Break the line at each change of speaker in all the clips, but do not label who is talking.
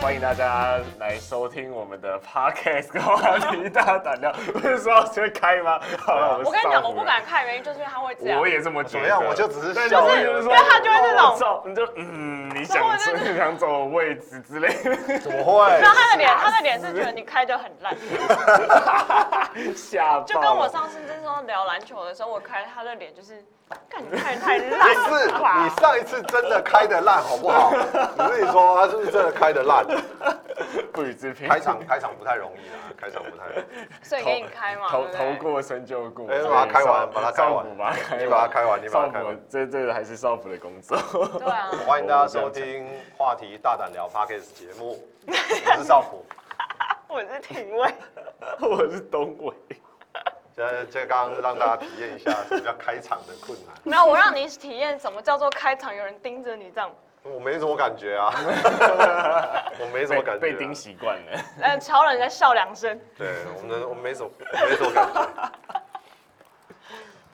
欢迎大家来收听我们的 podcast 话题大胆聊， 不是说要先开吗？好了，
啊我跟你
上
讲，
火
我不敢看，原因就是因为他会这样
我。也这么觉
怎
得。
么样？我就只是
但
笑
是
而
就
已，
是
就是说，
对他就会那种
我照你就嗯，你想
然后我
吃
就
你想走我位置之类的，
怎么会？
然后他 的脸，他的脸是觉得你开的很烂，
吓爆了。
就跟我上次那时候聊篮球的时候，我开他的脸就是，感觉开的太烂
不 是
了吧
你上一次真的开的烂，好不 好？你自己说，他是不是真的开的烂？
不予置评。
开场开场不太容易啦，开场不太容易。
所以给你开嘛，
头
对不
头
对
过身就过，
哎把它开完
少
把它开完
少辅把它开
你把它开完你把它开
少
完
辅这这个还是少辅的工作。
对啊，
欢迎大家收听《话题大胆聊》Podcast 节目，我是少 辅。
我是廷尉，
我是东伟，
现在这刚刚让大家体验一下什么叫开场的困难，
没有我让你体验什么叫做开场有人盯着你这样。
我没什么感觉 啊，我没什么
被
感觉、啊，
被盯习惯了。
呃，瞧了人家笑两声，
对，我 们的我们没什么没什么感觉，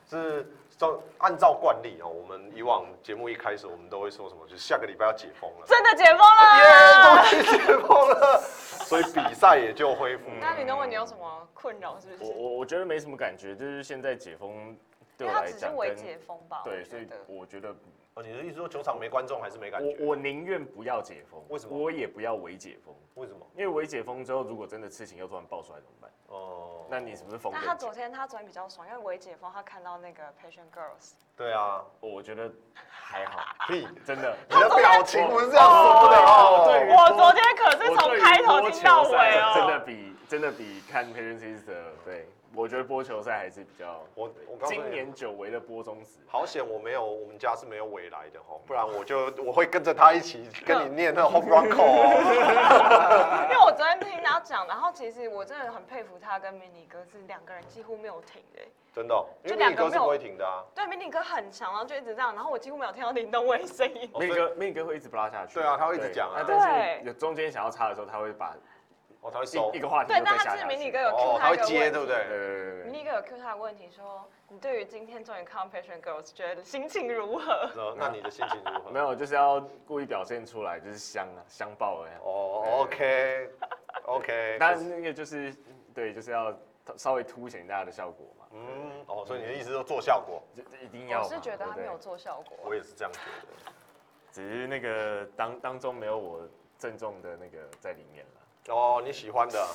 是照按照惯例哦，我们以往节目一开始我们都会说什么，就是下个礼拜要解封了，
真的解封
耶，
了。
终于解封了，所以比赛也就恢复
那
了。
吕东问你有什么困扰是不
我
是？
我我觉得没什么感觉，就是现在解封对
因
我
为他
来
只是
讲，
微
跟
解封吧，
对，
我
所
觉
以
得
我觉得
哦，你的意思说球场没观众还是没感觉？
我我宁愿不要解封，
为什么
我也不要微解封，
为什么？
因为微解封之后，如果真的事情又突然爆出来怎么办？
哦，
那你是不是封
但
更
他
久
昨？天他昨天比较爽，因为微解封，他看到那个 Patient Girls，
对啊，
我觉觉得还 好，
屁，
真的。
你的表情不是这样说的
哦对
哦。
我昨天可是
我
从
对于
开头
播
听
球
到尾
赛
哦，
真的比真的比看 Parent Sister 对，我觉得播球赛还是比较。
我我告诉你
今年久违的播中止，
好险我没有，我们家是没有未来的哦，不然我就我会跟着他一起跟你念 那个 home run call 哦。
因为我昨天听他讲，然后其实我真的很佩服他跟迷你哥是两个人几乎没有停的、
真的哦、因
就
为
两
你
个
哥是
没有
不会停的啊。
对，迷你哥很强，然后就一直这样，然后我几乎没有听到林东伟的声音。
哦
妹
所以
哥妹哥会一直拉下去，
对啊他会一直讲啊
那但是
对
有中间想要插的时候，他会把
哦，他会收
一一个话题
对
就，再
但
下
他
下
是
去
迷你哥有 Q
哦，
他
他
一
会
个
接，
问
对不
题，
对
对？
对对对，
迷你哥有 Q 他的问题说，你对于今天终于看到 Passion Girls，觉得心情如何？
那那你的心情如何？
没有就是要故意表现出来，就是香啊香爆了呀。
哦，OK OK，
但是那个就是对，就是要稍微凸显大家的效果嘛，
嗯，哦，所以你的意思是做效果，
就一定要
我
嘛。
是觉得他
对
没
不
有
对，
做效果，
我也是这样觉得。
只是那个当当中没有我郑重的那个在里面 了。
哦，你喜欢的啊。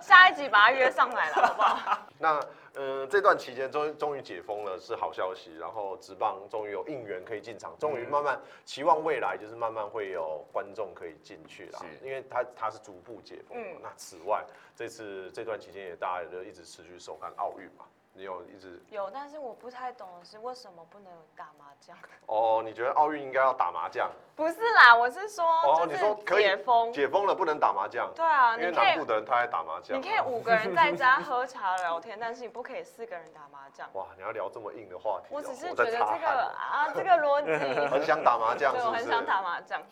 下一集把他约上来了，好不好？
那呃，这段期间终于终于解封了，是好消息。然后职棒终于有应援可以进场，终于慢慢期望未来就是慢慢会有观众可以进去啦。
是
因为它它是逐步解封。
嗯
那此外，这次这段期间也大家都一直持续收看奥运嘛。你有一直
有，但是我不太懂的是为什么不能打麻将？
哦，你觉得奥运应该要打麻将？
不是啦，我是说，
哦，
就
你
是
说可以
解封，
解封了不能打麻将。
对啊，
因为
你可
南部
以
的人他爱打麻将。
你可以五个人在家喝茶聊天，但是你不可以四个人打麻将。
哇，你要聊这么硬的话题哦、
我只是
我
觉
在
得这
擦
个
汗
啊，这个逻 辑，
很想打麻将，
对
是
我
不
很
是？
想打麻将。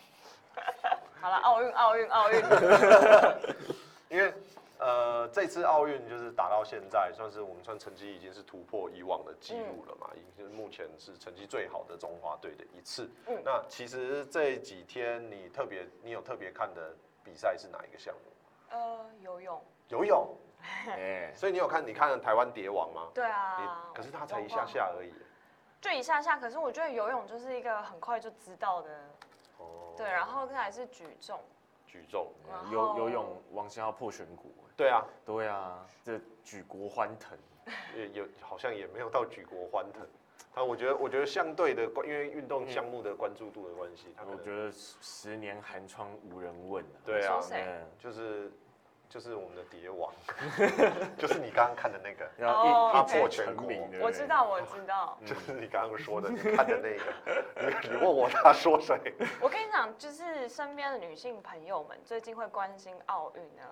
好了，奥运，奥运，奥运，
因为呃，这次奥运就是打到现在，算是我们算成绩已经是突破以往的记录了嘛，
嗯
已经是目前是成绩最好的中华队的一次。
嗯
那其实这几天你特别，你有特别看的比赛是哪一个项目？
呃，游泳，
游泳，
哎，
所以你有看你看了台湾蝶王吗？
对嗯啊
你，可是他才一下下而已。
就一下下，可是我觉得游泳就是一个很快就知道的，
哦
对，然后再来是举重，
举重，嗯
然后
游游泳，王星浩破全国。
对啊，
对啊，这举国欢腾。
也有好像也没有到举国欢腾。但我觉得，我觉得相对的关，因为运动项目的关注度的关系，他可
我
能
觉得十十年寒窗无人问啊。
对啊
说，谁
嗯
就是就是我们的蝶王， 就是你刚刚看的那个，
然
哦
后
他
嗯一一
破
举
全
成
国
名的，
我知道，我知道。
嗯
就是你刚刚说的，你看的那 个，你你问我他说谁？
我跟你讲，就是身边的女性朋友们最近会关心奥运呢，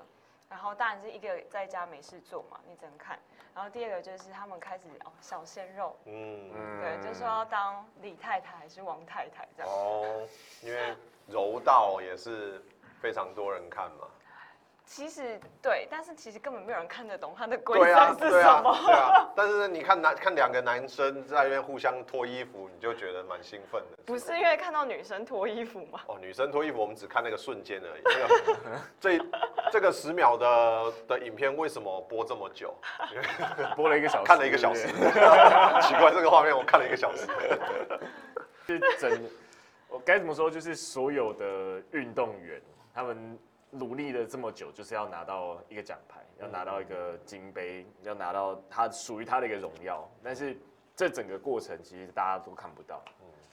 然后当然是一个在家没事做嘛，你只能看。然后第二个就是他们开始哦小鲜肉，
嗯，
嗯
对，就说要当李太太还是王太太这样。
哦，因为柔道也是非常多人看嘛，
其实对，但是其实根本没有人看得懂它的规
对啊，
章是
对
什
啊，
么。
对啊。但是你看男看两个男生在那边互相脱衣服，你就觉得蛮兴奋的。
不是因为看到女生脱衣服吗？
哦，女生脱衣服我们只看那个瞬间而已，那个 这这个十秒的的影片为什么播这么久？
播了一个小时，
看了一个小时
对，
奇怪，这个画面我看了一个小时。
不对，就是整，我该怎么说？就是所有的运动员，他们努力了这么久，就是要拿到一个奖牌，要拿到一个金杯，要拿到他属于他的一个荣耀。但是这整个过程，其实大家都看不到。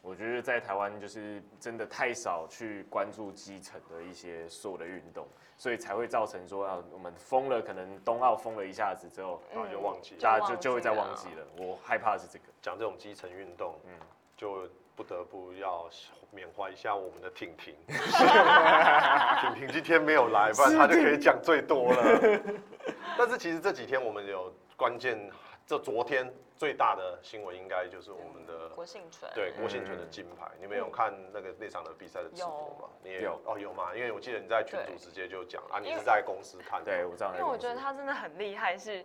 我觉得在台湾就是真的太少去关注基层的一些所有的运动，所以才会造成说啊，我们封了，可能冬奥封了一下子之后，啊
然后就哦忘记
啊
大家就就会再
嗯忘
忘记
记
了。我害怕的是这个。
讲这种基层运动，嗯，就不得不要缅怀一下我们的婷婷。 婷婷今天没有来，不然她就可以讲最多了。但是其实这几天我们有关键，这昨天最大的新闻应该就是我们的。
郭幸存，
对郭幸存的金牌，你们
嗯
有看那个那场的比赛的直播吗？你也
有
哦有吗？因为我记得你在群组
对
直接就讲啊，你
因
是
为
在公司看的，
对，我知道。
因为我觉得他真的很厉害，是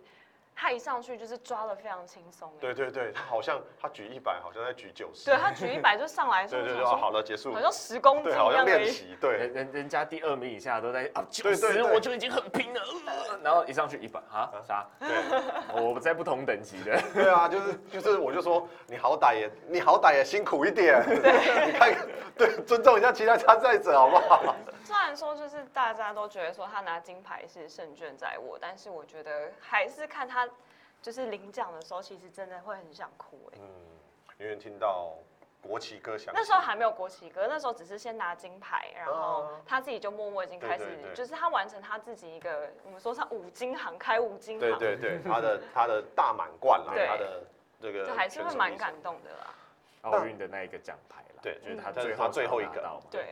他一上去就是抓的非常轻松。
对对对，他好像他举一百，好像在举九十，
对他举一百就上来，说
对对
想
对，
说
哦好了，结束
好，像十公斤
对，
一
好像
样而
练
已。
习，对，
人人人家第二名以下都在啊九
对对
十，
对
我就已经很拼了，呃然后一上去一百啊啥，哦
对
我在不同等 级的，
对啊，就是就是，我就说你好歹也你好歹也辛苦一点， 你看对，尊重一下其他参赛者好不好？
虽然说就是大家都觉得说他拿金牌是胜券在握，但是我觉得还是看他就是领奖的时候，其实真的会很想哭哎、
嗯，远远听到国旗歌响起，
那时候还没有国旗歌，那时候只是先拿金牌，然后
嗯
他自己就默默已经开始，
对对对
就是他完成他自己一个我们说他五金行开五金行，
对对对，他的他的大满贯啦，
对
他的这个
就还是
选
会
手
蛮
历程
感动的啦。
奥运的那一个奖牌啦，
对
就是他
嗯但
最
是
后
他最后一个
拿到嘛，
对
不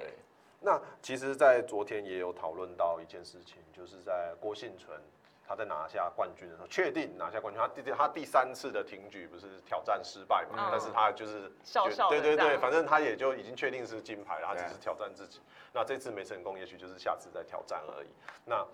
那其实，在昨天也有讨论到一件事情，就是在郭幸存他在拿下冠军的时候，确定拿下冠军，他第他第三次的挺举不是挑战失败嘛？
嗯
但是他就是
笑
觉
笑的
对对
这
对，
样
反正他也就已经确定是金牌了，他
对
只是挑战自己。那这次没成功，也许就是下次再挑战而已。那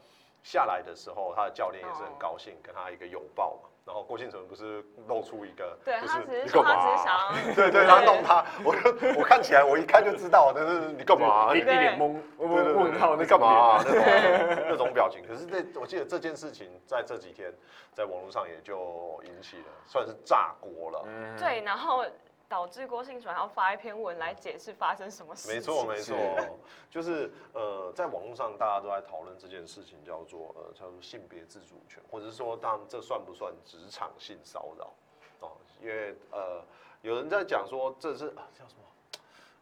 下来的时候，他的教练也是很
哦
高兴，跟他一个拥抱嘛。然后郭幸存不是露出一个，
对
就
他只是
你
说
干
他只
嘛啊
是想要，
对对，他弄他，我就我看起来我一看就知道，但是你干嘛？啊
一
你
一脸懵
对对
问
对
问号，那
你干嘛、
脸？
啊、那种那种表情？可 是这我记得这件事情在这几天在网络上也就引起了算是炸锅了。
嗯，
对，然后导致郭幸存要发一篇文来解释发生什么事情。
没错没 错
是，
就是呃，在网络上大家都在讨论这件事情，叫做呃叫做性别自主权，或者是说，他们这算不算职场性骚扰？哦，因为呃，有人在讲说这是、啊、叫什么？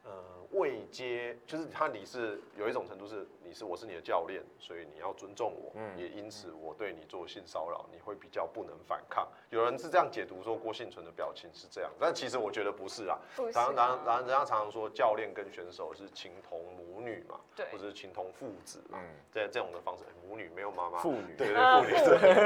呃，未接就是他你是有一种程度是你是我是你的教练，所以你要尊重我，
嗯
也因此我对你做性骚扰，你会比较不能反抗。有人是这样解读说郭幸存的表情是这样，但其实我觉得不是啦，啊
不啊是
常常常
吗
常人家常常说教练跟选手是情同母女嘛，
对
或者是情同父子嘛，
嗯
这这种的方式，哎母女没有妈妈，
妇女
对
啊
对，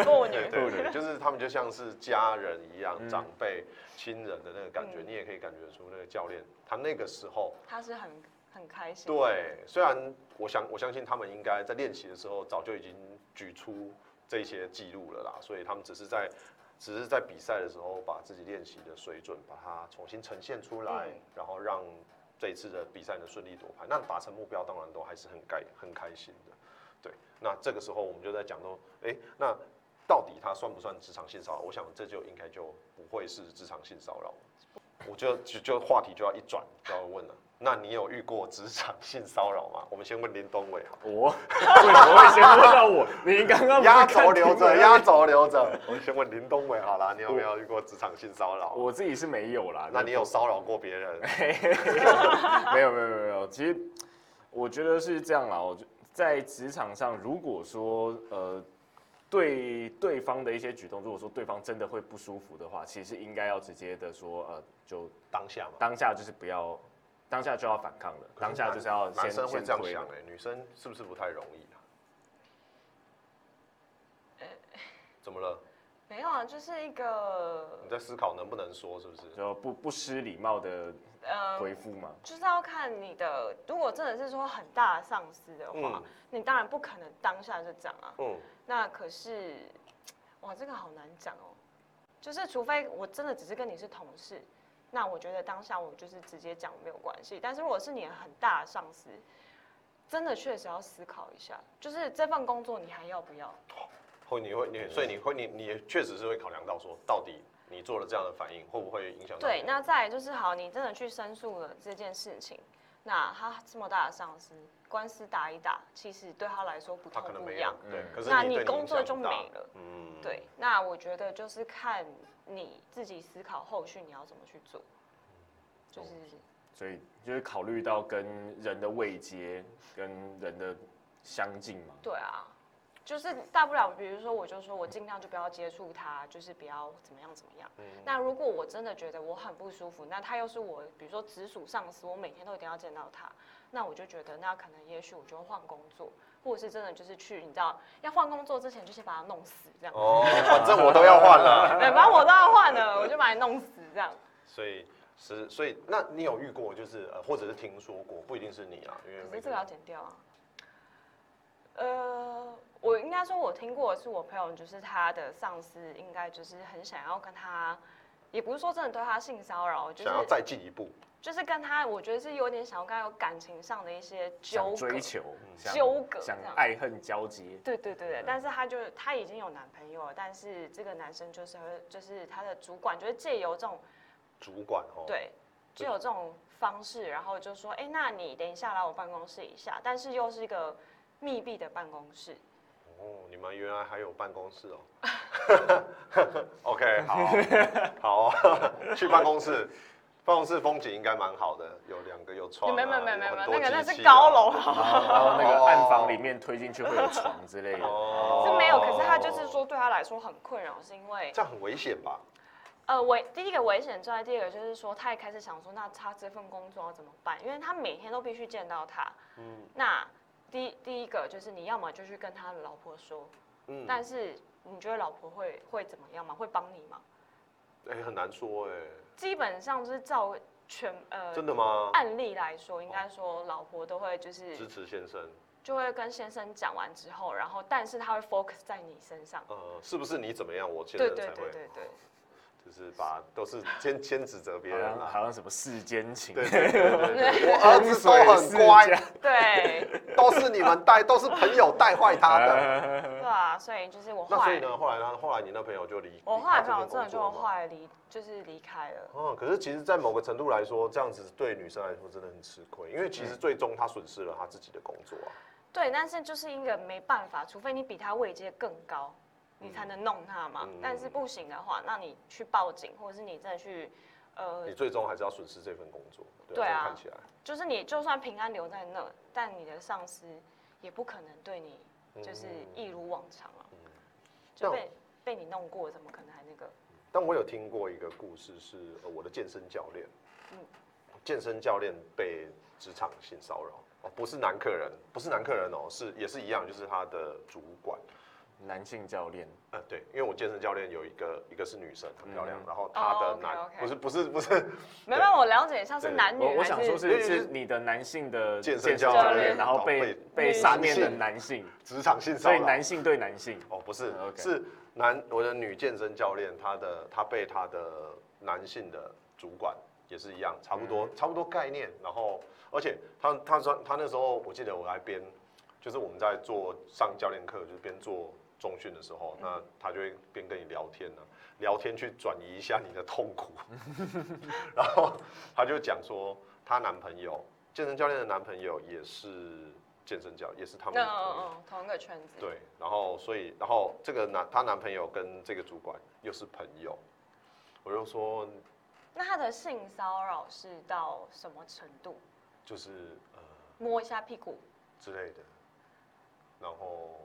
妇
父女。
女，妇
对
女，
对对，就是他们就像是家人一样，长辈、亲人的那个感觉，
嗯
你也可以感觉出那个教练，他那个时候，
他是很很开心。
对，虽然我想我相信他们应该在练习的时候早就已经举出这些记录了啦，所以他们只是在只是在比赛的时候把自己练习的水准把它重新呈现出来，
嗯
然后让这一次的比赛能顺利夺牌。那达成目标当然都还是很开很开心的，对。那这个时候我们就在讲说，哎、那到底它算不算职场性骚扰？我想这就应该就不会是职场性骚扰。我就就就话题就要一转，就要问了。那你有遇过职场性骚扰吗？我们先问林东伟好了，
我为什么会先问到我？你刚 刚不是
压
看
轴留着，
评论
压轴留着。我们先问林东伟好啦，你有没有遇过职场性骚扰？
我自己是没有啦。
那你有骚扰过别人？
没有没有没有没有，其实我觉得是这样啦。我就在职场上，如果说呃对对方的一些举动，如果说对方真的会不舒服的话，其实应该要直接的说呃，就
当下嘛，
当下就是不要，当下就要反抗了，当下就是要先
男生会
先
这样
推
想
了
哎、女生是不是不太容易啊？
呃
怎么了？
没有啊，就是一个
你在思考能不能说是不是？
就不不失礼貌的
呃，
回复吗？
就是要看你的，如果真的是说很大的上司的话，
嗯
你当然不可能当下就涨啊。
嗯，
那可是，哇，这个好难讲哦。就是除非我真的只是跟你是同事，那我觉得当下我就是直接讲没有关系。但是如果是你很大的上司，真的确实要思考一下，就是这份工作你还要不要？
会你会你，所以你会你你也确实是会考量到说，到底你做了这样的反应会不会影响到
对，
别人
那再来就是好，你真的去申诉了这件事情，那他这么大的上司，官司打一打，其实对他来说不
他
痛
可能
不
没有
痒。
对，
嗯
可是
那
你对
工作
影
就
响不
没
大，
了。
嗯，
对，那我觉得就是看你自己思考后续你要怎么去做，就是
所以就是考虑到跟人的位阶跟人的相近嘛。
对啊，就是大不了，比如说我就说我尽量就不要接触他，就是不要怎么样怎么样。
嗯
那如果我真的觉得我很不舒服，那他又是我，比如说直属上司，我每天都一定要见到他，那我就觉得那可能也许我就换工作，或者是真的就是去，你知道，要换工作之前就先把他弄死这样。
哦，反正我都要换了。
对，反正我都要换了，我就把你弄死这样。
所以是，所以那你有遇过就是呃，或者是听说过，不一定是你啊，因为
可
每
是
个
这个要剪掉啊。呃，我应该说，我听过的是我朋友，就是他的上司，应该就是很想要跟他，也不是说真的对他性骚扰，就是
想要再进一步，
就是跟他，我觉得是有点想要跟他有感情上的一些
想
纠葛。
追求，想
纠葛
想
这样
爱恨交接，
对对对对，但是他就他已经有男朋友了，但是这个男生就是会就是他的主管，就是借由这种
主管哦，，
对，就有这种方式，然后就说，哎、那你等一下来我办公室一下，但是又是一个密闭的办公室，
哦，你们原来还有办公 室哦 ，OK，好， 好哦，去办公室。办公室风景应该蛮好的，有两个有窗、啊，
没有没有没有没有
很
没有，
多
那个那
机
是
器啊
高楼，
哦
好不好
然后那个暗房里面推进去会有床之类的。
哦
是没有。可是他就是说对他来说很困扰，是因为
这样很危险吧？
呃危第一个危险之外，第二个就是说他也开始想说，那他这份工作要怎么办？因为他每天都必须见到他。
嗯
那第第一个就是你要么就去跟他的老婆说，
嗯，
但是你觉得老婆会会怎么样吗？会帮你吗？
哎、很难说哎、
基本上就是照全呃
真的吗？
案例来说，应
哦
该说老婆都会就是
支持先生，
就会跟先生讲完之后，然后但是他会 focus 在你身上。
呃，是不是你怎么样，我先
对
生
对
才
对
会，
对对，
就是把都是先先指责别
好
人
像
啦。
好像什么世间情，
对 对对对 对，我儿子都很
风水世
乖
家，
对
都是你们带，都是朋友带坏他的。
对啊，所以就是我
那
后
所
来
以，呢，后来呢，后来你那朋友就离，
我
离
后来
开
朋友
这份
真的
工作
就
吗
后。来离，就是离开了。
嗯，可是其实，在某个程度来说，这样子对女生来说真的很吃亏，因为其实最终她损失了她自己的工作啊。
对，但是就是一个没办法，除非你比他位阶更高，你才能弄他嘛。
嗯
但是不行的话，那你去报警，或者是你真的去，呃
你，最终还是要损失这份工作，对
对
啊，这
啊
样看起来，
就是你就算平安留在那，但你的上司也不可能对你
嗯
就是一如往常啊，就被被你弄过，怎么可能还那个？
但我有听过一个故事是，呃我的健身教练，
嗯
健身教练被职场性骚扰，哦，不是男客人，不是男客人哦，是也是一样，就是他的主管，
男性教练，
呃，对，因为我健身教练有一个，一个是女生，很漂亮，
嗯
然后她
哦
的
，OK，
男、
OK
不是不是不是，
没办法，我了解一下是
对
男女
我我
还
想说
是
因为
是
就是
是你的男性的
健身哦
教
教练
然后被
被
被上面的
女性
男性，
职场性骚
所以
扰。
男性对男 性，
哦，不是，
嗯，OK
是男我的女健身教练，她的她被她的男性的主管也是一样，差不多、
嗯
差不多概念。然后，而且她她说她那时候我记得我还边就是我们在做上教练课，就是边做重训的时候，
嗯
那她就会边跟你聊天呢、聊天去转移一下你的痛苦。 然后她就讲说，她男朋友健身教练的男朋友也是健身教，也是他们
嗯
的
哦
嗯
同一
嗯，同一个圈子。
对，然后所以，然后这个男她男朋友跟这个主管又是朋友，我就说
那他的性骚扰是到什么程度？
就是呃
摸一下屁股，
之类的，然后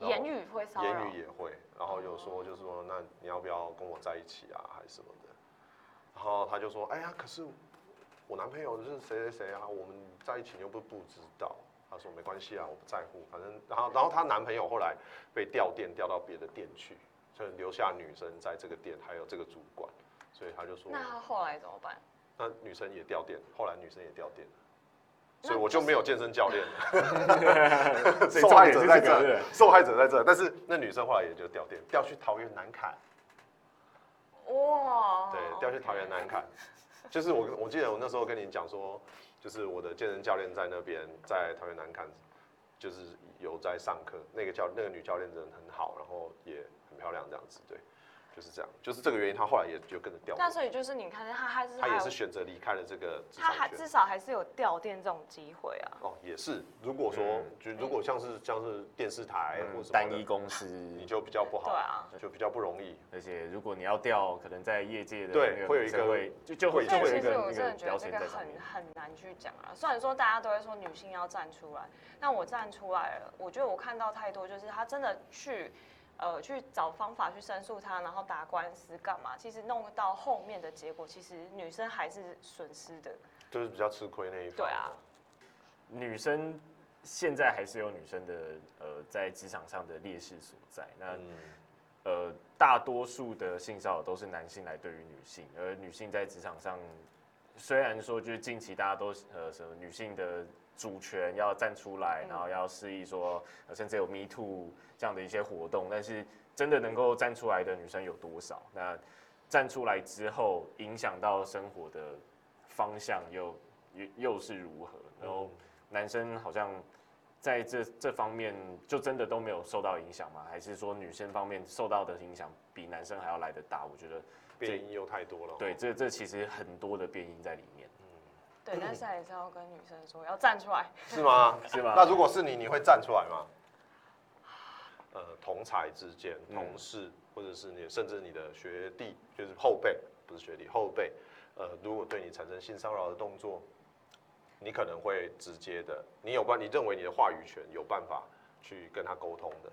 然后
言语会骚扰
言。语也会，然后有说就是说那你要不要跟我在一起啊，还是什么的，然后他就说哎呀，可是我男朋友是谁谁谁啊，我们在一起你又不不知道。他说没关系啊，我不在乎，反正 然后然后她男朋友后来被调店调到别的店去，所以留下女生在这个店还有这个主管，所以他就说
那他后来怎么办？
那女生也掉电，后来女生也掉电，
那
所以我就
就是
没有健身教练 了。
所以
受
重
害
点
者
是
在
这
这
个，对
儿，受害者在这儿，但是那女生后来也就掉电，调去桃园南坎，
哇，
对，调去桃园南坎。 就是我我记得我那时候跟你讲说，就是我的健身教练在那边，在桃园南坎，就是有在上课。那个教那个女教练真的很好，然后也很漂亮，这样子，对，就是这样，就是这个原因，她后来也就跟着掉电。
那所以就是你看他还是
他
还
也
有
是选择离开了这个职
他
场
还
圈
至少还是有掉电这种机会啊。
哦，也是。如果说，
嗯
就如果像是像是电视台或者
嗯
什么
单
的
一，公司，
你就比较不好，
对啊，
就比较不容易。
而且如果你要调，可能在业界的
对
那
会有一
社
个
会就就会
会
就
但
会有
其
一
实
个
我
那
真的
个
觉得
标
这
签
个
在上
很
面。
很难去讲啊。虽然说大家都会说女性要站出来，但我站出来了，我觉得我看到太多，就是她真的去。呃，去找方法去申诉她，然后打官司干嘛？其实弄到后面的结果，其实女生还是损失的。
就是比较吃亏那一方。
对啊，
女生现在还是有女生的呃在职场上的劣势所在。那
嗯，
呃，大多数的性骚扰都是男性来对于女性，而女性在职场上，虽然说就是近期大家都呃什么女性的主权要站出来，
嗯
然后要示意说，呃、甚至有 Me Too 这样的一些活动，但是真的能够站出来的女生有多少？那站出来之后，影响到生活的方向又又又是如何？然后男生好像在这这方面就真的都没有受到影响吗？还是说女生方面受到的影响比男生还要来得大？我觉得
变因又太多了。哦
对，，这这其实很多的变因在里面，
对，
嗯
但是还是要跟女生说要站出来。
是吗？
是吧？
那如果是你，你会站出来吗？呃，同才之间、同事，或者是你，甚至你的学弟，就是后辈，不是学弟，后辈，呃，如果对你产生性骚扰的动作，你可能会直接的，你有办，你认为你的话语权有办法去跟他沟通的，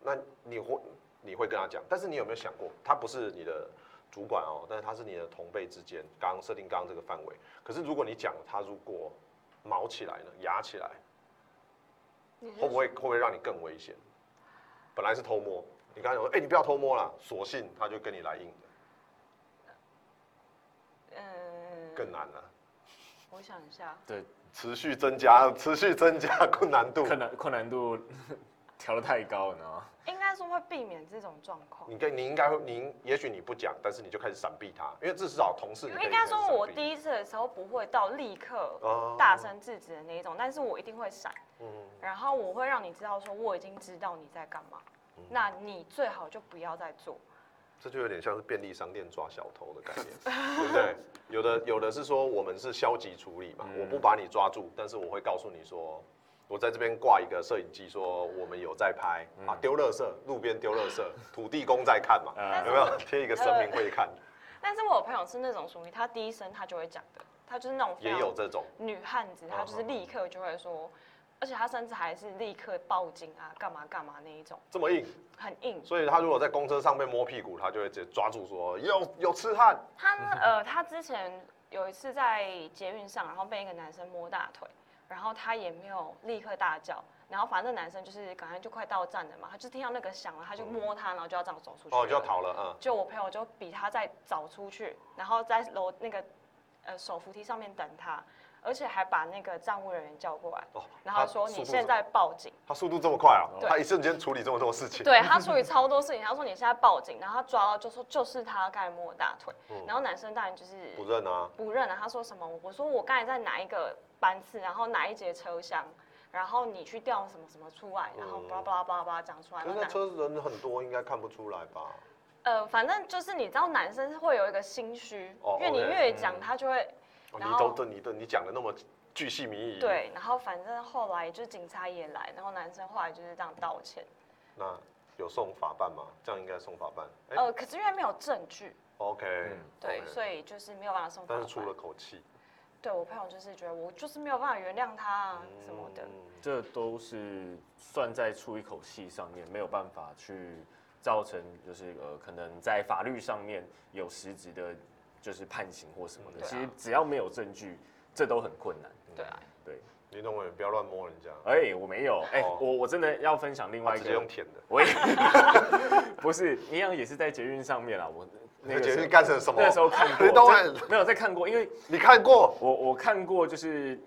那你会你会跟他讲，但是你有没有想过，他不是你的主管哦，但是他是你的同辈之间，刚刚设定刚刚这个范围，可是如果你讲了他如果毛起来呢，压起来。
你是
会不会会不会让你更危险？本来是偷摸，你刚才讲说，哎、你不要偷摸啦，索性他就跟你来硬的，
嗯，
更难了，
我想一下，
持续增加，持续增加困难度
困。难困难度 调的太高了，你知道吗？
应该说会避免这种状况。
你跟你应该会，你也许你不讲，但是你就开始闪避他，因为至少同事你可以
应该说，我
一
第一次的时候不会到立刻
哦
大声制止的那一种，但是我一定会闪，
嗯
然后我会让你知道说我已经知道你在干嘛，
嗯
那你最好就不要再做。
这就有点像是便利商店抓小偷的概念，对不对？有的有的是说我们是消极处理嘛，
嗯
我不把你抓住，但是我会告诉你说，我在这边挂一个摄影机，说我们有在拍、啊，丢垃圾，路边丢垃圾，土地公在看嘛，
呃
有没有贴一个声明会看？
呃但是我有朋友是那种属于他第一声他就会讲的，他就是那种非
也有
常
嗯这种，
女汉子，她就是立刻就会说，而且她甚至还是立刻报警啊，干嘛干嘛那一种，
这么硬，
很硬。
所以他如果在公车上被摸屁股，他就会直接抓住说有有痴汉，
他呢，呃，他之前有一次在捷运上，然后被一个男生摸大腿，然后他也没有立刻大叫，然后反正那男生就是赶快就快到站了嘛，他就听到那个响了，他就摸他，然后就要这样走出去，
嗯哦就要。逃了啊、
就我朋友就比他再早出去，然后在楼那个呃手扶梯上面等他，而且还把那个站务人员叫过来，
嗯。哦，
然后
他
说
速
你
度
现在报 警。
他速度这么快啊，
对
他一瞬间处理这么多事情，
对他处理超多事情，他说你现在报警，然后他抓到就说就是他刚才摸我大腿，然后男生当然就是
嗯哦不认啊，
不认了，他说什么？我说我刚才在哪一个班次，然后哪一节车厢，然后你去调什么什么出来，然后巴拉巴拉巴拉巴拉讲出来。
嗯可是
然后
那
男
车人很多，应该看不出来吧？
呃，反正就是你知道，男生是会有一个心虚，
哦
因为你
OK，
越讲他就会
哦
然
你都
后
对，你对，你讲的那么巨细靡遗。，
对，然后反正后来就警察也来，然后男生后来就是这样道歉。
那有送法办吗？这样应该送法办。哎、
呃，可是因为没有证据，
o k
嗯
对，所
以
以就是没有办法送法
但
办。
是出了口气
对我朋友就是觉得我就是没有办法原谅他啊
嗯
什么的。
这都是算在出一口气上面，没有办法去造成就是呃，可能在法律上面有实质的，就是判刑或什么的。
对啊
其实只要没有证据，这都很困难。
对啊，
对，
你懂我，不要乱摸人家，
哎、我没有，哎、
哦
我我真的要分享另
他
外一
直
个
接用舔的。
我也不是一样，也是在捷运上面啦。我那个
你姐
时
是
候
干成什么
那？时候看
你都
过，
会
真没有在看过，因为
你看过？
我我看过就是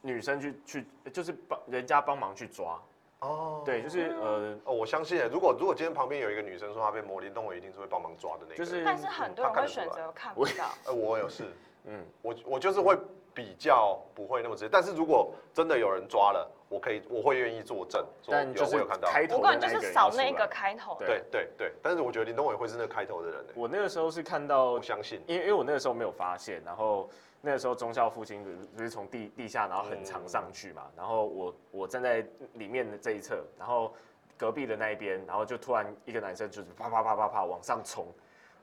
女生去去就是帮人家帮忙去抓，
哦，
对，就是呃
哦，我相信耶，如果如果今天旁边有一个女生说她被魔灵动，我一定是会帮忙抓的那个。
就是
但是很多人
嗯他
会
看得出来
选择看不到。
呃，我有事，
嗯
我我就是会比较不会那么直接，但是如果真的有人抓了，我可以我会愿意作证，说
但就
有我
是
有看到。
开
我
头
个
的
人就
那一
是
人
扫
要
那
出
个
来
开头的，
对
对对对，但是我觉得林东伟会是那个开头的人耶，欸
我那个时候是看到
我，相信。
因为因为我那个时候没有发现，然后那个时候中校复兴不是从地地下然后很长上去
嗯
嘛，然后我我站在里面的这一侧，然后隔壁的那一边，然后就突然一个男生就是啪啪啪啪啪往上冲，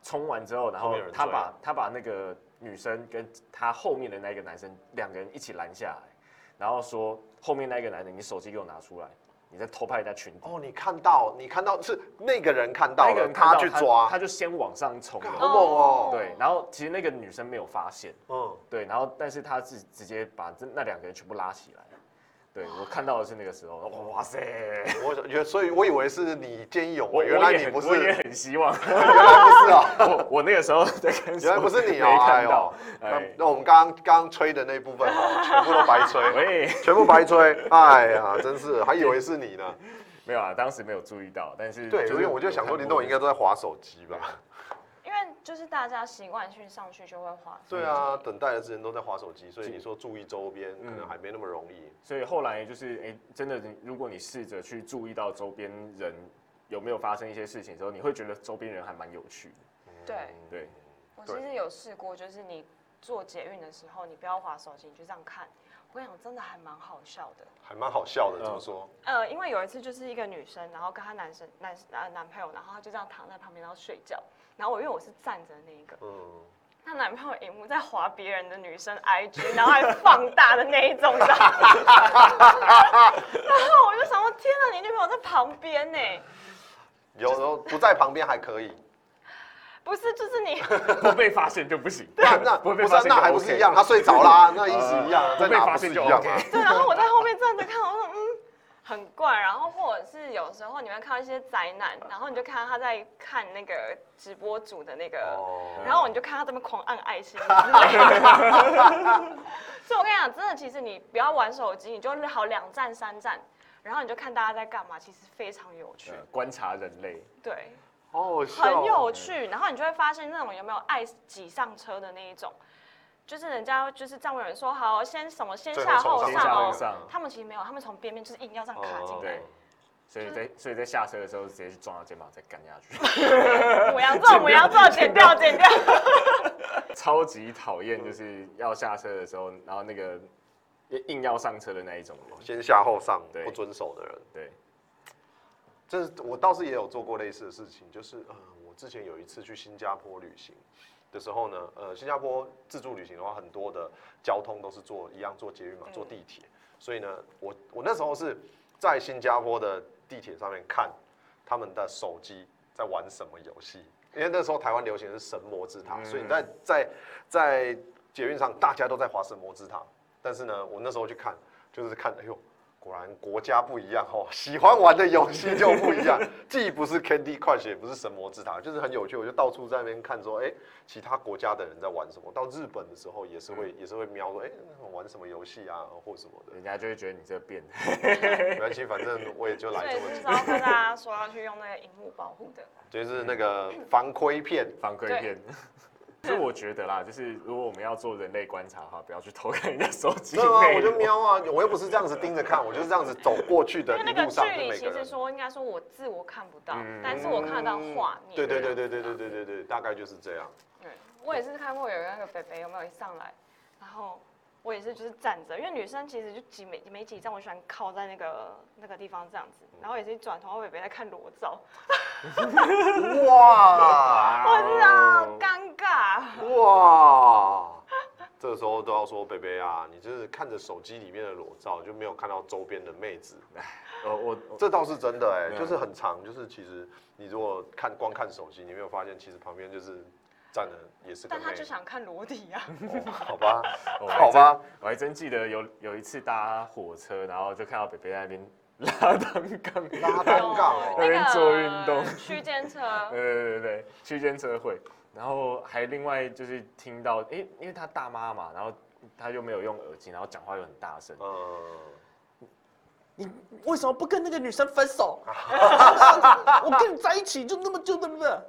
冲完之后，然
后
后
面有人
他
追啊
把他把那个女生跟他后面的那个男生两个人一起拦下来，然后说后面那个男的你手机给我拿出来，你在偷拍人家群底。
哦，你看到，你看到是那个人看到
那个
了，
人看到
去
他
抓，
他就先往上冲
干
了
好。猛哦
对，然后其实那个女生没有发现，
嗯，
对，然后但是她是直接把这那两个人全部拉起来，对我看到的是那个时候，哇 塞，
我觉所以我以为是你见义勇
我
为，原来
我也
你
很
不是，
我也
原来
很希望，
不是啊，
我我那个时候在看，
原来不是你
没
哦，哎
看
呦
到，，
那
哎，
那我们刚刚刚吹的那部分哈，全部都白吹，
喂，
全部白吹，哎呀，真是还以为是你呢，
没有啊，当时没有注意到，但是
对，
就
因
是
为我就想说林董应该都在划手机吧，
因为就是大家习惯性上去就会滑。
对啊，等待的时间都在划手机，所以
是嗯
你说注意周边，可能还没那么容易，
所以后来就是，哎、真的，如果你试着去注意到周边人有没有发生一些事情的时候，你会觉得周边人还蛮有趣的。
嗯
对，
嗯对，
我其实有试过，就是你做捷运的时候，你不要滑手机，你就这样看。我跟你讲，真的还蛮好笑的。
还蛮好笑的，
嗯
怎么说？
呃，因为有一次就是一个女生，然后跟她男生男呃男朋友，然后她就这样躺在旁边然后睡觉，然后我因为我是站着的那一个，
嗯，
她男朋友荧幕在划别人的女生 IG，然后还放大的那一种，你知道吗？ 然后我就想说，天哪，你女朋友在旁边呢、
有时候不在旁边还可以。
不是，就是你，
不被发现就不行。
那那
不
不
被
是
发
啊
现就
那还不
OK
是一样？他睡着啦，那意思一样啊，
呃
在
不被
哪
发
不
现
是一
就
样啊
OK
吗？
对，然后我在后面站着看，我说嗯，很怪。然后或者是有时候你会看到一些宅男，然后你就看到他在看那个直播组的那个，
哦
然后你就看他这边狂按爱心之类的。 所以我跟你讲，真的，其实你不要玩手机，你就好两站三站，然后你就看大家在干嘛，其实非常有趣，
呃观察人类，
对，
好好嗯笑
很
哦。
有趣。然后你就会发现那种有没有爱挤上车的那一种。就是人家就是站位有人说好，先什么先
最
下
后
后
冲
先
上
上
嗯
下
来
哦
后，上，
他们其实没有，他们从边边就是硬要这样
哦
卡进来
对。所以在所以在下车的时候直接去撞到肩膀再干下 去，
母羊 座，母羊座，剪掉，剪掉。
超级讨厌就是要下车的时候，然后那个硬要上车的那一种人，
先下后上，
对
不遵守的人，
对，
这是我倒是也有做过类似的事情，就是呃，我之前有一次去新加坡旅行的时候呢，呃，新加坡自助旅行的话，很多的交通都是坐一样坐捷运嘛，坐地铁，所以呢，我我那时候是在新加坡的地铁上面看他们的手机在玩什么游戏，因为那时候台湾流行的是神魔之塔，
嗯
所以你在在在捷运上大家都在滑神魔之塔，但是呢，我那时候去看，就是看，哎呦，果然国家不一样哦，喜欢玩的游戏就不一样，既不是 Candy Crush，也不是神魔之塔，就是很有趣。我就到处在那边看说，哎，其他国家的人在玩什么。到日本的时候也是会、也是会瞄说，哎，那玩什么游戏啊，或什么的。
人家就会觉得你这变 态，
没关系，反正我也就
所
来这
以
么
就是
几，
要跟大家说要去用那个荧幕保护的。
就是那个防窥片。
反馈片。 所以我觉得啦，就是如果我们要做人类观察的话，不要去偷看人家手机
对啊，
内
我就
容。
瞄啊，我又不是这样子盯着看，我就是这样子走过去的
因为那
一
个
路
距
上就
离
每
其
个
实
人。
说应该说我字我看不到，
嗯
但是我看得到画面。
对对对对对对对对对，大概就是这样。
对我也是看过有那个北北有没有一上来，然后我也是就是站着，因为女生其实就挤没没几站，我喜欢靠在那个那个地方这样子，
嗯
然后也是一转头，北北在看裸照，
哇
我知
啊
道尴尬。
哇！这时候都要说贝贝啊，你就是看着手机里面的裸照，就没有看到周边的妹子。
我我我
这倒是真的哎、
对啊
就是很长，就是其实你如果看光看手机，你没有发现其实旁边就是站的也是个
但
妹。
他就想看裸体啊，
哦好吧，
我还
好吧，
我还真记得有有一次搭火车，然后就看到北北在那边拉 单杠，
拉单杠哦
在那边做运动
区间车，
嗯
对对对对，区间车会，然后还另外就是听到，哎、因为她大妈嘛，然后她就没有用耳机，然后讲话又很大声，
嗯，
你为什么不跟那个女生分手？ 我跟你在一起就那么就那么的，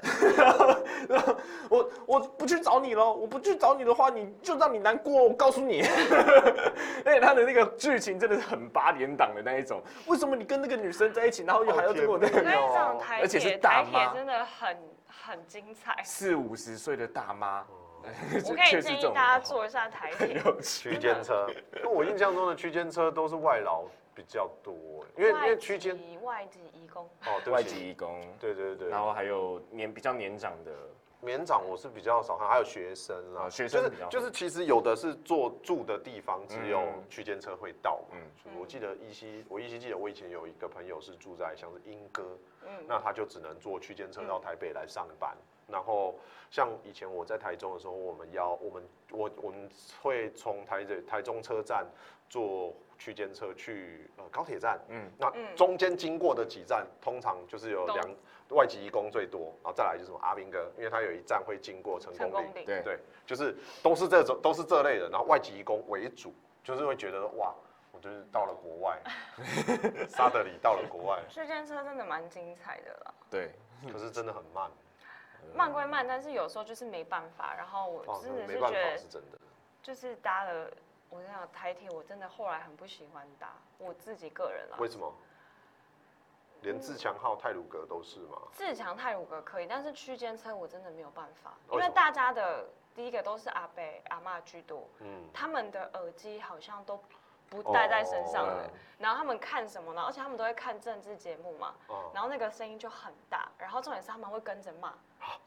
然后 我我不去找你了，我不去找你的话，你就让你难过。我告诉你， 而且他的那个剧情真的是很八点档的那一种。为什么你跟那个女生在一起，然后又还要跟我那
好
个
甜
那一场台
而且是
铁，
大
台
妈。
铁真的很很精 彩
四五十岁的大妈？
我可以
确实
建
这
议
种
大家 坐一下台 铁，
有趣。
区间车，那我印象中的区间车都是外劳比较多，因为因为区间
外籍移工，
哦，对
外
不
籍
起，
义工，
对对对
然，后还有年比较年长的，
绵长我是比较少看，还有学生啦，
啊学生
就是
比较
就是其实有的是坐住的地方只有
嗯
区间车会到嘛，
嗯
所以我记得依稀我依稀记得我以前有一个朋友是住在像是莺歌，
嗯，
那他就只能坐区间车到台北来上班。然后像以前我在台中的时候，我们要我们我我们会从台北台中车站坐区间车去呃高铁站，
嗯，
那
嗯
中间经过的几站，通常就是有
懂
两外籍移工最多，然后再来就是什么阿兵哥，因为他有一站会经过成
成
功
功
岭，
岭，
对
对，就是都是这种都是这类的，然后外籍移工为主，就是会觉得哇，我就是到了国外， 沙德里到了国外，
区间车真的蛮精彩的啦。
对，
可是真的很 慢。
慢归慢，但是有时候就是没办法。然后我
嗯哦，
真
那
的
没
是
办
觉
法，
得
是，真的。
就是搭了，我跟你讲，台铁我真的后来很不喜欢搭，我自己个人啦。
为什么？连自强号、泰鲁格都是吗？
自强泰鲁格可以，但是区间车我真的没有办法，
为
因
什
为
么
大家的第一个都是阿伯阿嬷居多，
嗯，
他们的耳机好像都不戴在身上的，
哦
然后他们看什么呢？而且他们都会看政治节目嘛，
哦，
然后那个声音就很大，然后重点是他们会跟着骂，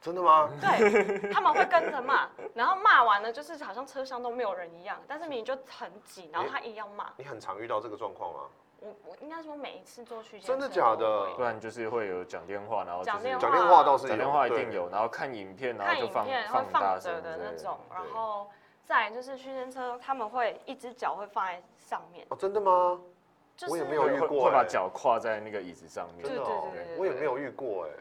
真的吗？
对， 他们会跟着骂，然后骂完了就是好像车厢都没有人一样，但是明明就很挤，然后他硬要骂。
你很常遇到这个状况吗？
我我应该说每一次坐区间车
真的假的
都会
不然就是会有讲电话，然后
讲
就是
电话
讲电话倒是
讲
有
电话一
对
定有，然后看影片，然
看
后就
影
放
片会
大
放
声
着的
之类
那种，然
对
后再来就是区间车，他们会一只脚会放在上面，
哦，真的吗？
就
我也
是
没有遇
会
过
会把
欸
脚跨在那个椅子上面
真。的
对
哦
对对，对
我也没有遇过哎。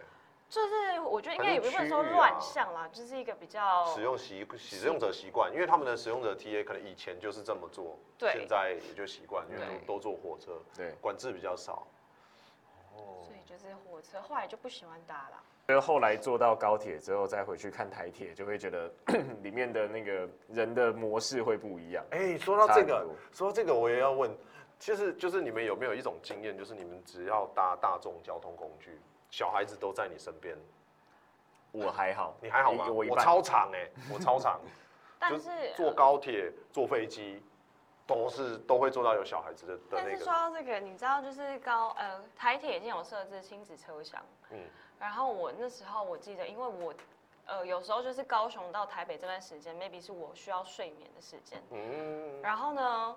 就是我觉得应该
反
也
正
不会
区
说
域啊
乱象啦，就是一个比较
使用习使用者习惯，因为他们的使用者 TA 可能以前就是这么做，
对
现在也就习惯，因为
对
都都坐火车，
对，
管制比较少。哦
所，以就是火车后来就不喜欢搭了。
所以后来坐到高铁之后，再回去看台铁，就会觉得 里面的那个人的模式会不一样。
哎，说到这
差
个
很多，
说到这个，我也要问，其实就是你们有没有一种经验，就是你们只要搭大众交通工具，小孩子都在你身边，
我还好，
你还好吗？
我
我
一半
超长 哎，我超长，
但
就是坐
呃
高铁、坐飞机，都是都会坐到有小孩子的的
但
那
是
个
说。到这个，你知道就是高呃台铁已经有设置亲子车厢，
嗯
嗯，然后我那时候我记得，因为我呃有时候就是高雄到台北这段时间，maybe 是我需要睡眠的时间，
嗯，
然后呢，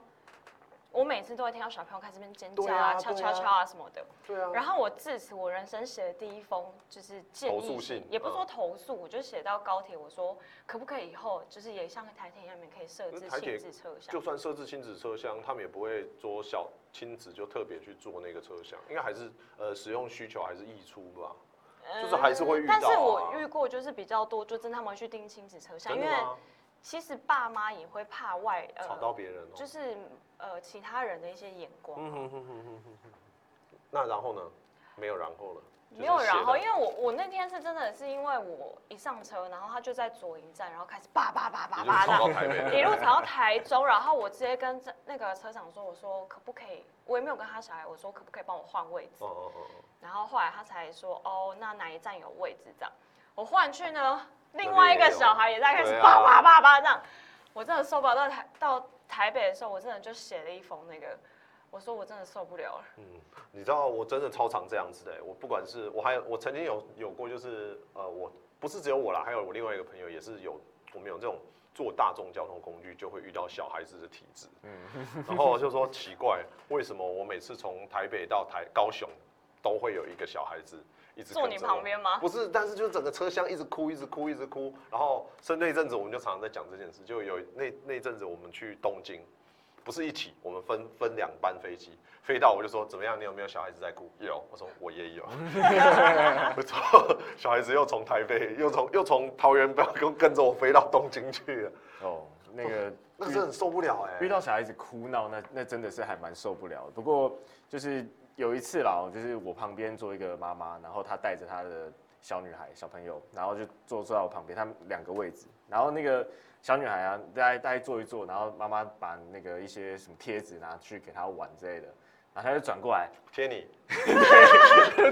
我每次都会听到小朋友开始边尖叫
对啊
啊、敲
对
敲
啊
敲啊什么的。
对啊。
然后我自此我人生写的第一封就是建
投
议
诉
信，
信
也不是
嗯
说投诉，我就写到高铁，我说可不可以以后就是也像台铁一样，你们可以设
可是
置
台铁
亲子车厢
就。算设置亲子车厢，他们也不会说小亲子就特别去坐那个车厢，因为还是呃使用需求还是溢出吧。就是还是会遇
嗯呃但
到啊
是我遇过就是比较多，就真的他们会去订亲子车厢，
真
因
的
为
吗？
其实爸妈也会怕外
吵到
呃，
别人哦、
就是呃其他人的一些眼光。啊
嗯哼哼哼哼哼哼那然后呢？没有然后了。就是
没有，然后
写
因
的
为我我那天是真的是因为我一上车，然后他就在左营站，然后开始叭叭叭叭叭
一路吵到
的，
台北 来，
一路吵到台州，然后我直接跟这那个车长说，我说可不可以，我也没有跟他小孩，我说可不可以帮我换位置
哦，哦哦哦，
然后后来他才说哦，那哪一站有位置这样，我换去呢，另外一个小孩也在开
对
始
啊
叭叭叭叭这样，我真的受不了，到台到台北的时候，我真的就写了一封那个，我说我真的受不了了，
嗯，你知道我真的超常这样子的欸、我不管是我还有我曾经有有过，就是呃，我不是只有我啦，还有我另外一个朋友也是有，我们有这种坐大众交通工具就会遇到小孩子的体质，嗯，然后就说奇怪，为什么我每次从台北到台高雄都会有一个小孩子一直跟
坐你
着我
旁边吗
不是，但是就是整个车厢一直哭，一直哭，一直哭。然后，所以那一阵子我们就常常在讲这件事，就有那那一阵子我们去东京，不是一起，我们分分两班飞机，飞到我就说怎么样？你有没有小孩子在哭？有，我说 我也有，我说小孩子又从台北，又从又从桃园不要跟跟着我飞到东京去了，
哦，那个
那真的很受不了哎、
遇到小孩子哭闹，那那真的是还蛮受不了的。不过就是有一次啦，就是我旁边坐一个妈妈，然后她带着她的小女孩、小朋友，然后就坐坐在我旁边，他们两个位置。然后那个小女孩啊，大概大概坐一坐，然后妈妈把那个一些什么贴纸拿去给她玩之类的，然后她就转过来，
贴你，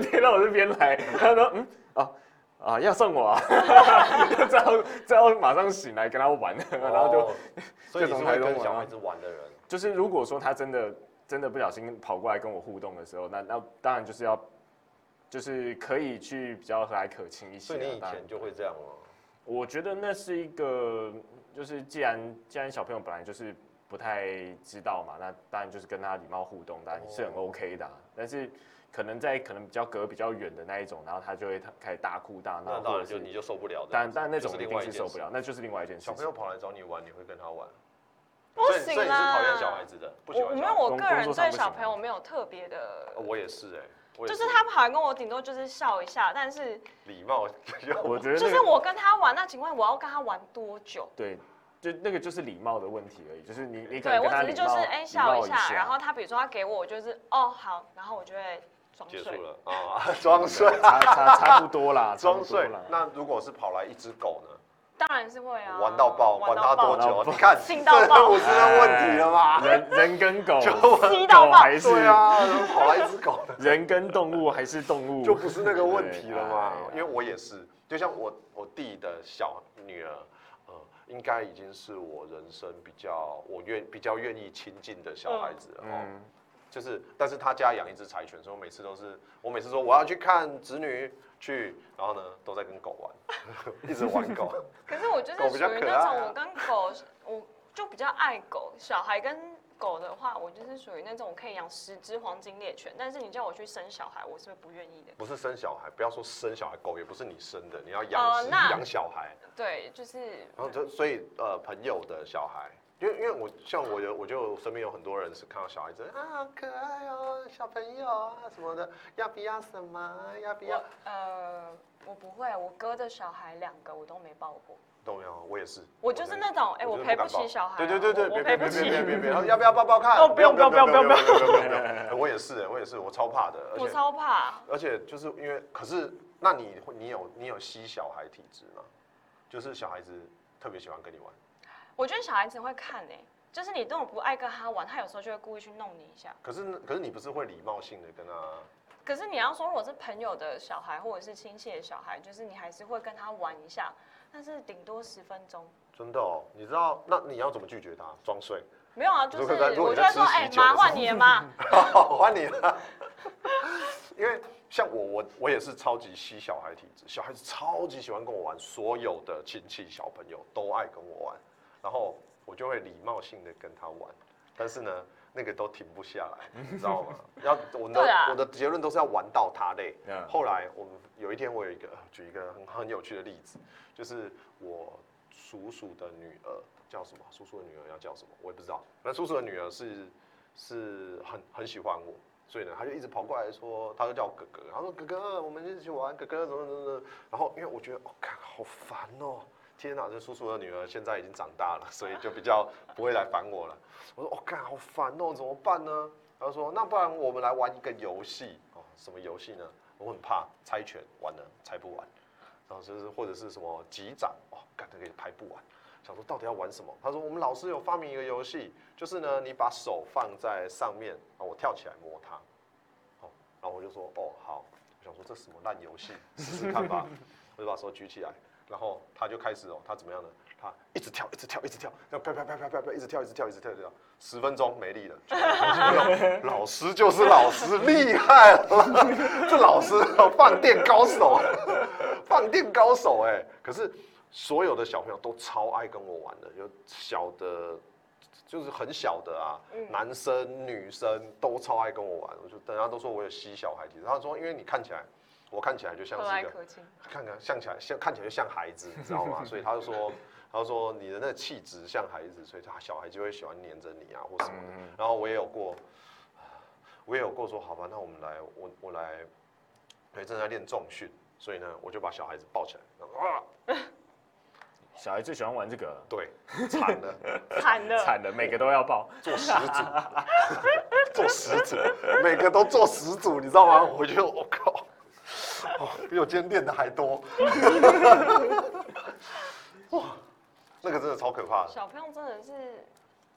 贴到我这边来，她说嗯啊。啊，要送我啊！ 这样这样马上醒来跟她玩， 然后就
哦所以你是会跟小孩子玩的人，
就是如果说他真的真的不小心跑过来跟我互动的时候，那那当然就是要，就是可以去比较和蔼可亲一些
所
啊、
以你以
当然
前就会这样吗？
我觉得那是一个，就是既然既然小朋友本来就是不太知道嘛，那当然就是跟他礼貌互动，当然是很
哦
OK 的啊、但是可能在可能比较隔比较远的那一种，然后他就会开始大哭大
那
闹，啊或
当
者
然就是你就受不了的，
当然当然那
就
种
是
一
另
定
外一
是
件
受
事
不了，那就是另外一件事
小
情。
朋友跑来找你玩，你会跟他玩？
不
所以
行
所以你是
啦
讨厌小孩子的，不喜
我我
欢
没
小
有，
孩子。
我
工
个
工
人
作上
对
不
小
行
朋友没有特别的，
呃我也是哎、我也
就是他跑来跟我，顶多就是笑一下，但是
礼貌，
我觉得、那
就
个
是我跟他玩，那请问我要跟他玩多久？
对，就那个就是礼貌的问题而已，就是你你可
对
能
我
跟他
只是
礼
就
貌
是哎、
礼
笑
貌
一下，然后
下
他比如说他给我，我就是哦好，然后我就会装
结束
睡。
了啊， 装睡，
差差差不多 啦，差不
装
多
睡
啦。。
那如果是跑来一只狗呢？
当然是会啊，
玩到爆，玩它多
玩到
久？
爆
你看，
性到爆
这不是问题 了吗？
人人跟狗，
吸到
狗
爆
还是
对啊，跑来一只狗呢，
人跟动物还是动物，
就不是那个问题了嘛
对哎呀。
因为我也是，就像我我弟的小女儿，呃，应该已经是我人生比较我愿比较愿意亲近的小孩子了哦。
嗯，
就是，但是他家养一只柴犬，所以我每次都是，我每次说我要去看侄女去，然后呢都在跟狗玩， 一直玩 狗。
可是我就
狗
是
比
属
较
于
可
那
爱
种
啊
我跟狗，我就比较爱狗。小孩跟狗的话，我就是属于那种可以养十只黄金猎犬，但是你叫我去生小孩，我是不愿意的。
不是生小孩，不要说生小孩，狗也不是你生的，你要
哦
养殖
那
养小孩。
对，就是
然后就所以呃，朋友的小孩，因为因为我像我有我就身边有很多人是看到小孩子啊好可爱哦，小朋友啊什么的，要不要什么？要不要
我？呃，我不会，我哥的小孩两个我都没抱过。
都没有，我也是。
我就是那种，哎，我
就是
赔
敢
不
抱
起小孩啊，
对对对对，
我
别
我赔
别别
不
别别
起，
别别，要不要抱抱看？
哦不用不用不用
不用不用，我也是哎，我也是，我超怕的，而
我
且
超怕。啊
而且就是因为，可是那你会你有你有吸小孩体质吗？就是小孩子特别喜欢跟你玩，
我觉得小孩子会看诶、就是你那种不爱跟他玩，他有时候就会故意去弄你一下。
可是可是你不是会礼貌性的跟他，
可是你要说，如果是朋友的小孩或者是亲戚的小孩，就是你还是会跟他玩一下，但是顶多十分钟。
真的哦，你知道那你要怎么拒绝他？装 睡，
没有啊，就
如
是
果在如果
我
你
就
在
会说，
吃喜
哎、
酒
妈
的时候
换你了 妈，
还哦你了。 因为像我我我也是超级吸小孩体质，小孩子超级喜欢跟我玩，所有的亲戚小朋友都爱跟我玩，然后我就会礼貌性的跟他玩，但是呢。那个都停不下来，你知道 吗？要我的、
对啊
我的结论都是要玩到他累，
嗯
后来我们有一天，我有一个举一个很很有趣的例子，就是我叔叔的女儿叫什么？叔叔的女儿要叫什么？我也不知道。那叔叔的女儿是是很很喜欢我，所以呢，他就一直跑过来说，他就叫我哥哥，他说哥哥，我们一起玩，哥哥怎么怎么怎么。然后因为我觉得，哦，看好烦哦。天哪，这叔叔的女儿现在已经长大了，所以就比较不会来烦我了。我说，哦，干，好烦哦，怎么办呢？他说：“那不然我们来玩一个游戏哦，什么游戏呢？我很怕猜拳，玩了猜不完，然后就是或者是什么击掌哦，干这个也拍不完。想说到底要玩什么？他说我们老师有发明一个游戏，就是呢，你把手放在上面，啊，我跳起来摸它，哦，然后我就说哦好，我想说这什么烂游戏，试试看吧。我就把手举起来，然后他就开始哦，他怎么样呢？他一直跳，一直跳，一直跳，然后啪啪啪啪啪啪，一直跳，一直跳，一直跳，一直跳，十分钟没力了。老师就是老师，厉害了！ 这老师哦放电高手，放电高手哎、可是所有的小朋友都超爱跟我玩的，有小的，就是很小的啊，
嗯
男生女生都超爱跟我玩。我就大家都说我有吸小孩体质，他说因为你看起来，我看起来就像
和
是
蔼
一个
可亲。
看看像起来像看起来就像孩子，你知道吗？所以他就说，他说你的那个气质像孩子，所以他小孩就会喜欢黏着你啊或什么的。
嗯
然后我也有过，我也有过说好吧，那我们来，我我来，因为正在练重训，所以呢，我就把小孩子抱起来，然后啊，
小孩最喜欢玩这个，
对，惨了，
惨的，
惨了，每个都要抱。
做十组， 做十组，每个都做十组，你知道吗？我就我、靠，哦，比我今天练的还多， 哇，那个真的超可怕的。
小朋友真的是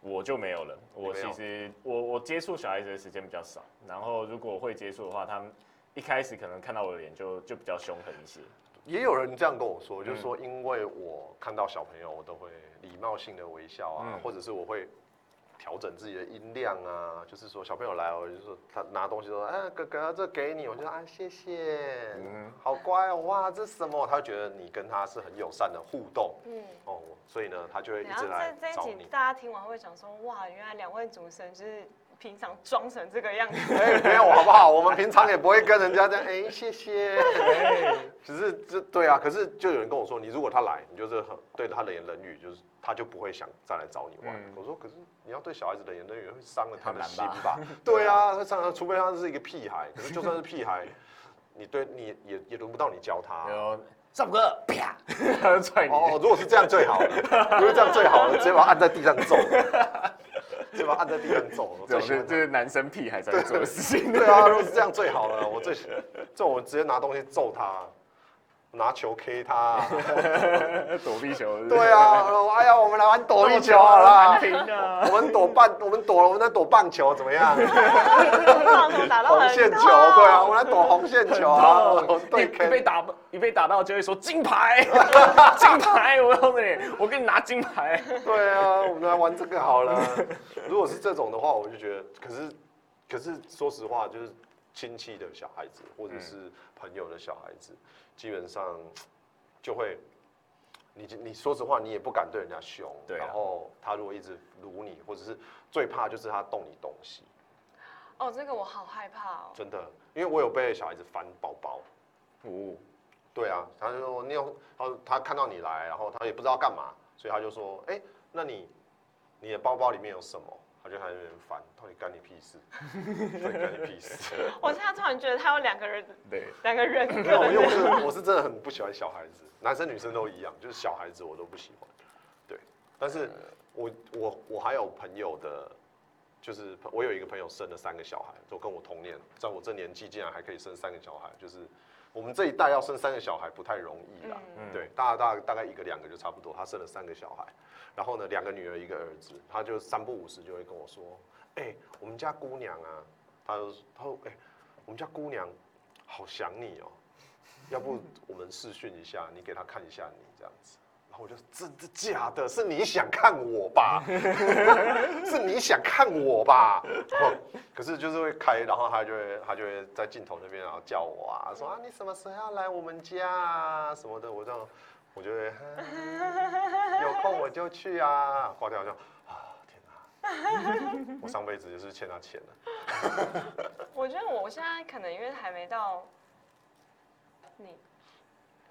我就没有了，我
没有
其实我我接触小孩子的时间比较少，然后如果我会接触的话，他们一开始可能看到我的脸就就比较凶狠一些。
也有人这样跟我
嗯
说，就是说，因为我看到小朋友，我都会礼貌性的微笑啊，
嗯
或者是我会调整自己的音量啊，就是说小朋友来，我就说他拿东西说，哎，哥哥，这给你，我就说啊，谢谢，
嗯
好乖哦，哇，这是什么？他会觉得你跟他是很友善的互动
嗯。
哦，所以呢，他就会一
然后
直来
这这
找
一集
你。
大家听完会想说，哇，原来两位主持人就是平常装成这个样子，
哎，没有好不好？我们平常也不会跟人家这样，哎，谢谢。只是这对啊，可是就有人跟我说，你如果他来，你就是很对他冷言冷语，就是他就不会想再来找你玩。
嗯
我说，可是你要对小孩子冷言冷语，会伤了他
很
的
难
心
吧
吧？ 对啊，他伤了，除非他是一个屁孩。可是就算是屁孩，你对你也也轮不到你教他啊、
然后上哥，啪， 他就踹你。
哦，如果是这样最好了，如果是这样最好了，直接把他按在地上揍，直接把他按在地上揍。我
这
最
种
喜
是
欢这
这
样
是男生屁孩才会做的事情。
对啊，如果是这样最好了。我最喜这种我直接拿东西揍他，拿球 K 他啊、
躲避球是不是。
对 啊，我说哎呀，我们来玩躲避球好啦
安，平啊。
我们躲棒，我们躲了，我们来躲棒球怎 么样？
棒球打到
红
很
线球，
痛
对啊，我们来躲红线球啊，我们
一
对
一被
K。
打一被打到就会说金 牌，金牌！我告诉你，我给你拿金牌。
对啊，我们来玩这个好了。 如果是这种的话，我就觉得，可是可是说实话，就是亲戚的小孩子或者是朋友的小孩子，基本上就会。你你说实话，你也不敢对人家凶，
对啊
然后他如果一直撸你，或者是最怕就是他动你东西，
哦，这个我好害怕哦。
真的，因为我有被小孩子翻包包。
哦，
对啊，他就说你有，他他看到你来，然后他也不知道干嘛，所以他就说，哎、那你你的包包里面有什么？他就在那边翻，到底干你屁事？到底干你屁事？
我现在突然觉得他有两个人，
对，
两个人
没有，
格。
因为我是我是真的很不喜欢小孩子，男生女生都一样，就是小孩子我都不喜欢。对，但是我我我还有朋友的，就是我有一个朋友生了三个小孩，都跟我同年，在我这年纪竟然还可以生三个小孩，就是我们这一代要生三个小孩不太容易啦。
嗯
对，大大大概一个两个就差不多，他生了三个小孩，然后呢，两个女儿一个儿子，他就三不五时就会跟我说，哎、我们家姑娘啊，他就他说，哎、我们家姑娘好想你哦、要不我们试训一下，你给她看一下你这样子。然后我就真的假的？是你想看我吧？ 是你想看我吧？ 然后可是就是会开，然后他就会他就会在镜头那边然后叫我啊，说啊你什么时候要来我们家啊什么的，我就 我就会、啊有空我就去啊，挂掉就啊天哪，我上辈子就是欠他钱了，
我觉得我现在可能因为还没到你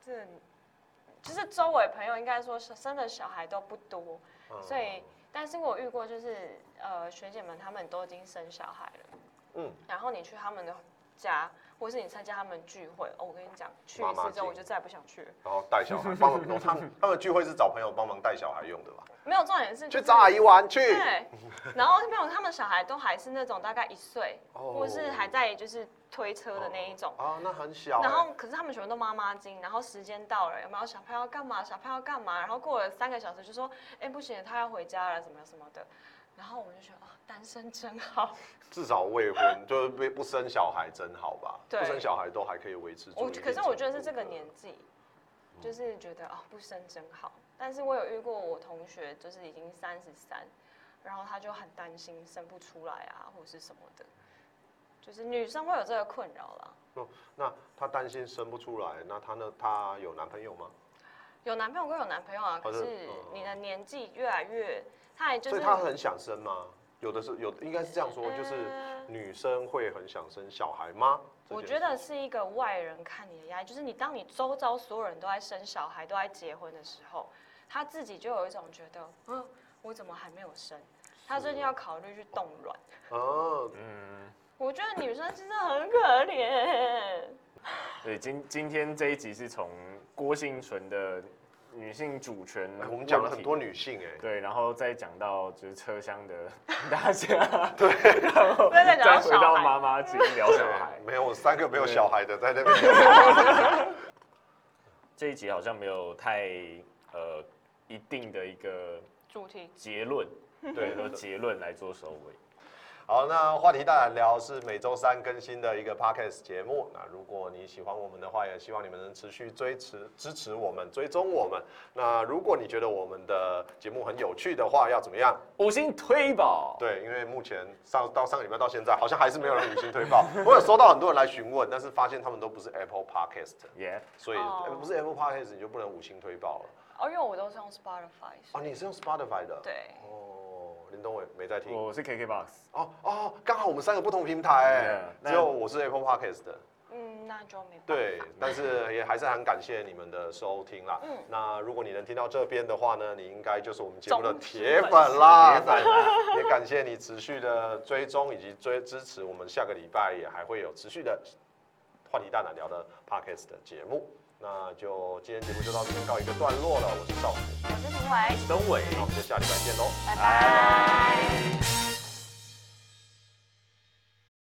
这，就是周围朋友应该说是生的小孩都不多，
嗯
所以但是我遇过就是呃学姐们她们都已经生小孩了，
嗯
然后你去他们的家，或是你参加他们聚会，哦，我跟你讲，去
妈
一
妈
次之后
经
我就再也不想去了。
然后带小孩帮忙，他们他们聚会是找朋友帮忙带小孩用的吧？
没有重点是
去
就是
找阿姨玩去。
对，然后没有他们小孩都还是那种大概一岁，
哦
或是还在就是推车的那一种。
啊，那很小欸。
然后，可是他们全部都妈妈经，然后时间到了，有没有小朋友要干嘛？小朋友要干嘛？然后过了三个小时就说，哎、不行，他要回家了，什么什么的。然后我们就觉得啊，单身真好。
至少未婚，就是不不生小孩真好吧？
对
不生小孩都还可以维持住
我
一定
可是我觉得
程
是
度
这个
的
年纪，就是觉得啊、不生真好。但是我有遇过我同学，就是已经三十三，然后他就很担心生不出来啊，或者是什么的，就是女生会有这个困扰啦。
哦那她担心生不出来，那她呢？她有男朋友吗？
有男朋友归有男朋友啊，可
是
是
嗯
你的年纪越来越，他也就
所
是
以她很想生吗？有的是有，应该是这样说，就是
呃
女生会很想生小孩吗？这
我觉
件
得
事
是一个外人看你的压力，就是你当你周遭所有人都在生小孩、都在结婚的时候，他自己就有一种觉得，嗯，我怎么还没有生？他最近要考虑去冻卵。
啊，
嗯，
我觉得女生真的很可怜。
对，今今天这一集是从郭幸存的女性主权
哎，我们讲了
问
很
题
多女性哎、
对，然后再讲到就是车厢 的大家，
不要再讲
再
到
回
小
到
孩。
妈妈经聊小孩
对，。没有我三个没有
对
小孩的在那边，
这一集好像没有太呃一定的一个
主题
结论，对，
对
由结论来做收尾。
好，那话题大胆聊是每周三更新的一个 podcast 节目。那如果你喜欢我们的话，也希望你们能持续追持支持我们，追踪我们。那如果你觉得我们的节目很有趣的话，要怎么样？
五星推宝，
对，因为目前上到上个礼拜到现在，好像还是没有人五星推报。我有收到很多人来询问，但是发现他们都不是 Apple podcast，
耶、
所以、
哦
呃不是 Apple podcast 你就不能五星推报了。
哦，因为我都是用 Spotify，
哦，
所以、
你是用 Spotify 的？。
对，
哦，林东伟没在听。
我是 KKBOX，
哦哦，刚好我们三个不同平台哎
Yeah，那
只有我是 Apple Podcast 的，
嗯，那就没办法。
对，但是也还是很感谢你们的收听啦。
嗯
那如果你能听到这边的话呢，你应该就是我们节目的
忠实
铁粉
粉丝
啦。
铁粉
也感谢你持续的追踪以及追支持，我们下个礼拜也还会有持续的话题大胆聊的 Podcast 的节目。那就今天节目就到这边告一个段落了，我是邵虎，
我是评委，
东伟。
那我们就下礼拜见喽。
拜拜